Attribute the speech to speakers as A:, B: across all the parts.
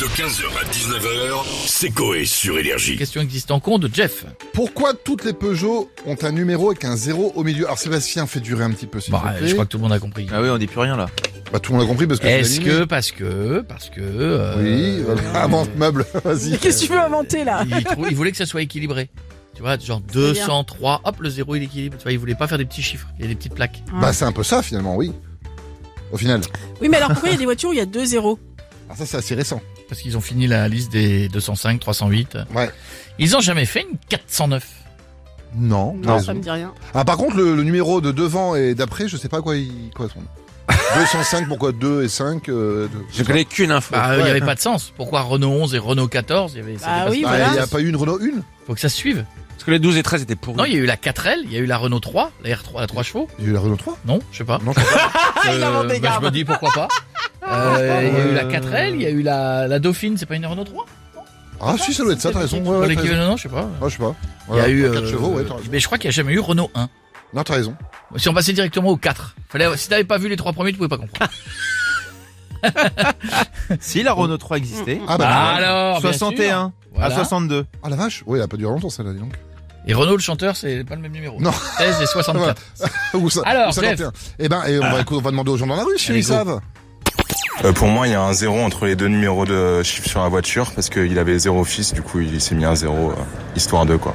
A: De 15h à 19h, c'est Coé sur Énergie.
B: Question existant con de Jeff.
C: Pourquoi toutes les Peugeot ont un numéro avec un zéro au milieu Alors Sébastien, fait durer un petit peu, s'il
B: Bon,
C: te
B: euh,
C: plaît.
B: je crois que tout le monde a compris.
D: Ah oui, on dit plus rien là.
C: Bah, tout le monde a compris parce que tu
B: Est-ce
C: l'as
B: que,
C: dit.
B: parce que, parce que... euh,
C: Oui, voilà, invente meuble, vas-y.
E: Mais qu'est-ce que tu veux inventer là
B: il, trou- il voulait que ça soit équilibré. Tu vois, genre 203, hop, le zéro il équilibre. Tu vois, il voulait pas faire des petits chiffres, il y a des petites plaques.
C: Bah, c'est un peu ça, finalement, oui. Au final.
E: Oui, mais alors pourquoi il y a des voitures où il y a deux zéros
C: Ah, ça, c'est assez récent.
B: Parce qu'ils ont fini la liste des 205, 308.
C: Ouais.
B: Ils ont jamais fait une 409.
C: Non, t'as raison.
E: ça me dit rien.
C: Ah, par contre, le, le numéro de devant et d'après, je sais pas à quoi ils correspondent. 205, pourquoi 2 et 5 euh, deux-
D: Je connais qu'une info.
B: Bah, euh, il y avait pas de sens. Pourquoi Renault 11 et Renault 14 il y avait, ça
E: Bah
B: dépasse
E: oui,
B: pas.
C: Ah,
E: voilà.
C: il n'y a pas eu une Renault 1
B: Faut que ça se suive.
D: Parce que les 12 et 13 étaient pourris.
B: Non, il y a eu la 4L, il y a eu la Renault 3, la R3, la 3 chevaux.
C: Il y a eu la Renault 3
B: Non, je sais pas.
C: Non, je crois
B: Euh, bah, je me dis pourquoi pas. Euh, Il y a eu la 4L, il y a eu la, la Dauphine, c'est pas une Renault 3
C: pas. Ah, si, ça doit être ça, t'as raison. Ouais,
B: Dans
C: ouais, t'as raison.
B: l'équivalent, non, je sais pas.
C: Ah, je sais pas.
B: Il y a eu.
C: 4
B: euh,
C: chevaux, ouais, t'as raison.
B: mais je crois qu'il n'y a jamais eu Renault 1.
C: Non, t'as raison.
B: Si on passait directement au 4. Fallait, si t'avais pas vu les trois premiers, tu pouvais pas comprendre.
D: Si la Renault 3 existait,
C: Ah, bah.
B: Alors, bien sûr.
D: 61 à
B: Voilà.
D: 62.
C: Ah, la vache. Oui, elle a pas duré longtemps, celle-là, dis donc.
B: Et Renault, le chanteur, c'est pas le même numéro.
C: Non.
B: 16 et 64.
C: Ou ça-
B: Alors,
C: ou 51. Eh ben, et on, va, écoute, on va demander aux gens dans la rue si
B: Allez,
C: ils
B: go.
C: savent.
F: Euh, pour moi, il y a un zéro entre les deux numéros de chiffre sur la voiture parce qu'il avait zéro fils, du coup, il s'est mis un zéro, euh, histoire de quoi.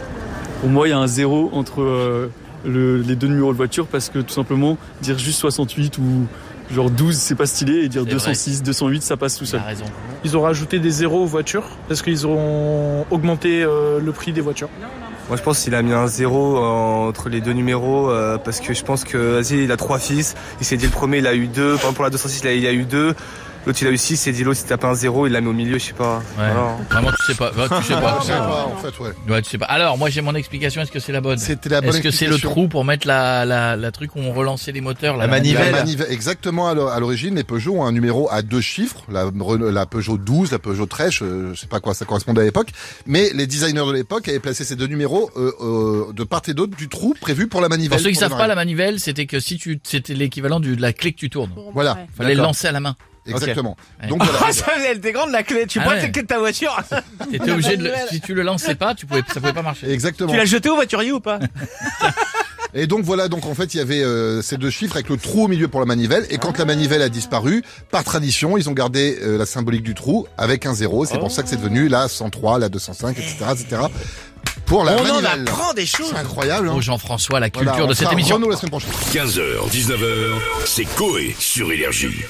G: Pour moi, il y a un zéro entre euh, le- les deux numéros de voiture parce que tout simplement, dire juste 68 ou genre 12, c'est pas stylé et dire
B: C'est
G: 206, 208, ça passe tout
B: T'as
G: seul.
B: raison.
H: Ils ont rajouté des zéros aux voitures parce qu'ils ont augmenté euh, le prix des voitures.
I: Moi je pense qu'il a mis un zéro euh, entre les deux numéros euh, parce que je pense que vas-y il a trois fils, il s'est dit le premier il a eu deux, par exemple pour la 206 il a, il a eu deux, l'autre il a eu six, il s'est dit l'autre il tape un zéro, il l'a mis au milieu, je sais pas.
B: Ouais.
I: Voilà.
B: Vraiment, tu sais pas. Ouais, tu sais
C: Ah,
B: pas.
C: je sais pas, en fait, ouais.
B: Ouais, tu sais pas. Alors, moi, j'ai mon explication. Est-ce que c'est la bonne
C: C'était la bonne
B: Est-ce que c'est le
C: explication.
B: trou pour mettre la, la, la truc où on relançait les moteurs là,
D: La
C: La
D: manivelle.
C: manivelle, exactement à l'o- à l'origine, les Peugeot ont un numéro à deux chiffres, la, Renault- la Peugeot 12, la Peugeot 13, je, je sais pas à quoi ça correspondait à l'époque, mais les designers de l'époque avaient placé ces deux numéros euh, euh, de part et d'autre du trou prévu pour la manivelle.
B: Pour ceux qui
C: pour
B: savent pas,
C: démarrer.
B: la manivelle, c'était que si tu, c'était l'équivalent du- de la clé que tu tournes.
E: Bon,
C: Voilà.
E: ouais.
B: Fallait le
D: D'accord.
B: lancer à la main.
C: exactement.
B: Ouais.
C: Donc voilà.
D: Ah, elle était grande la clé. Tu
B: Ah
D: prends
B: ouais.
D: la clé de ta voiture
B: T'étais obligé de le, si tu le lançais pas, tu pouvais, ça pouvait pas marcher.
C: Exactement.
D: Tu l'as jetée au voiturier ou pas
C: Et donc voilà, donc en fait il y avait euh, ces deux chiffres avec le trou au milieu pour la manivelle. Et quand la manivelle a disparu, par tradition, ils ont gardé euh, la symbolique du trou avec un zéro. C'est pour ça que c'est devenu la 103, la 205, etc., etc. Pour la
D: On en
C: manivelle.
D: apprend des choses.
C: C'est incroyable. Hein.
B: Oh, Jean-François, la culture
C: Voilà, on
B: de cette
C: fera
B: émission.
C: Renault la semaine prochaine.
A: 15h, 19h, c'est Coé sur Énergie.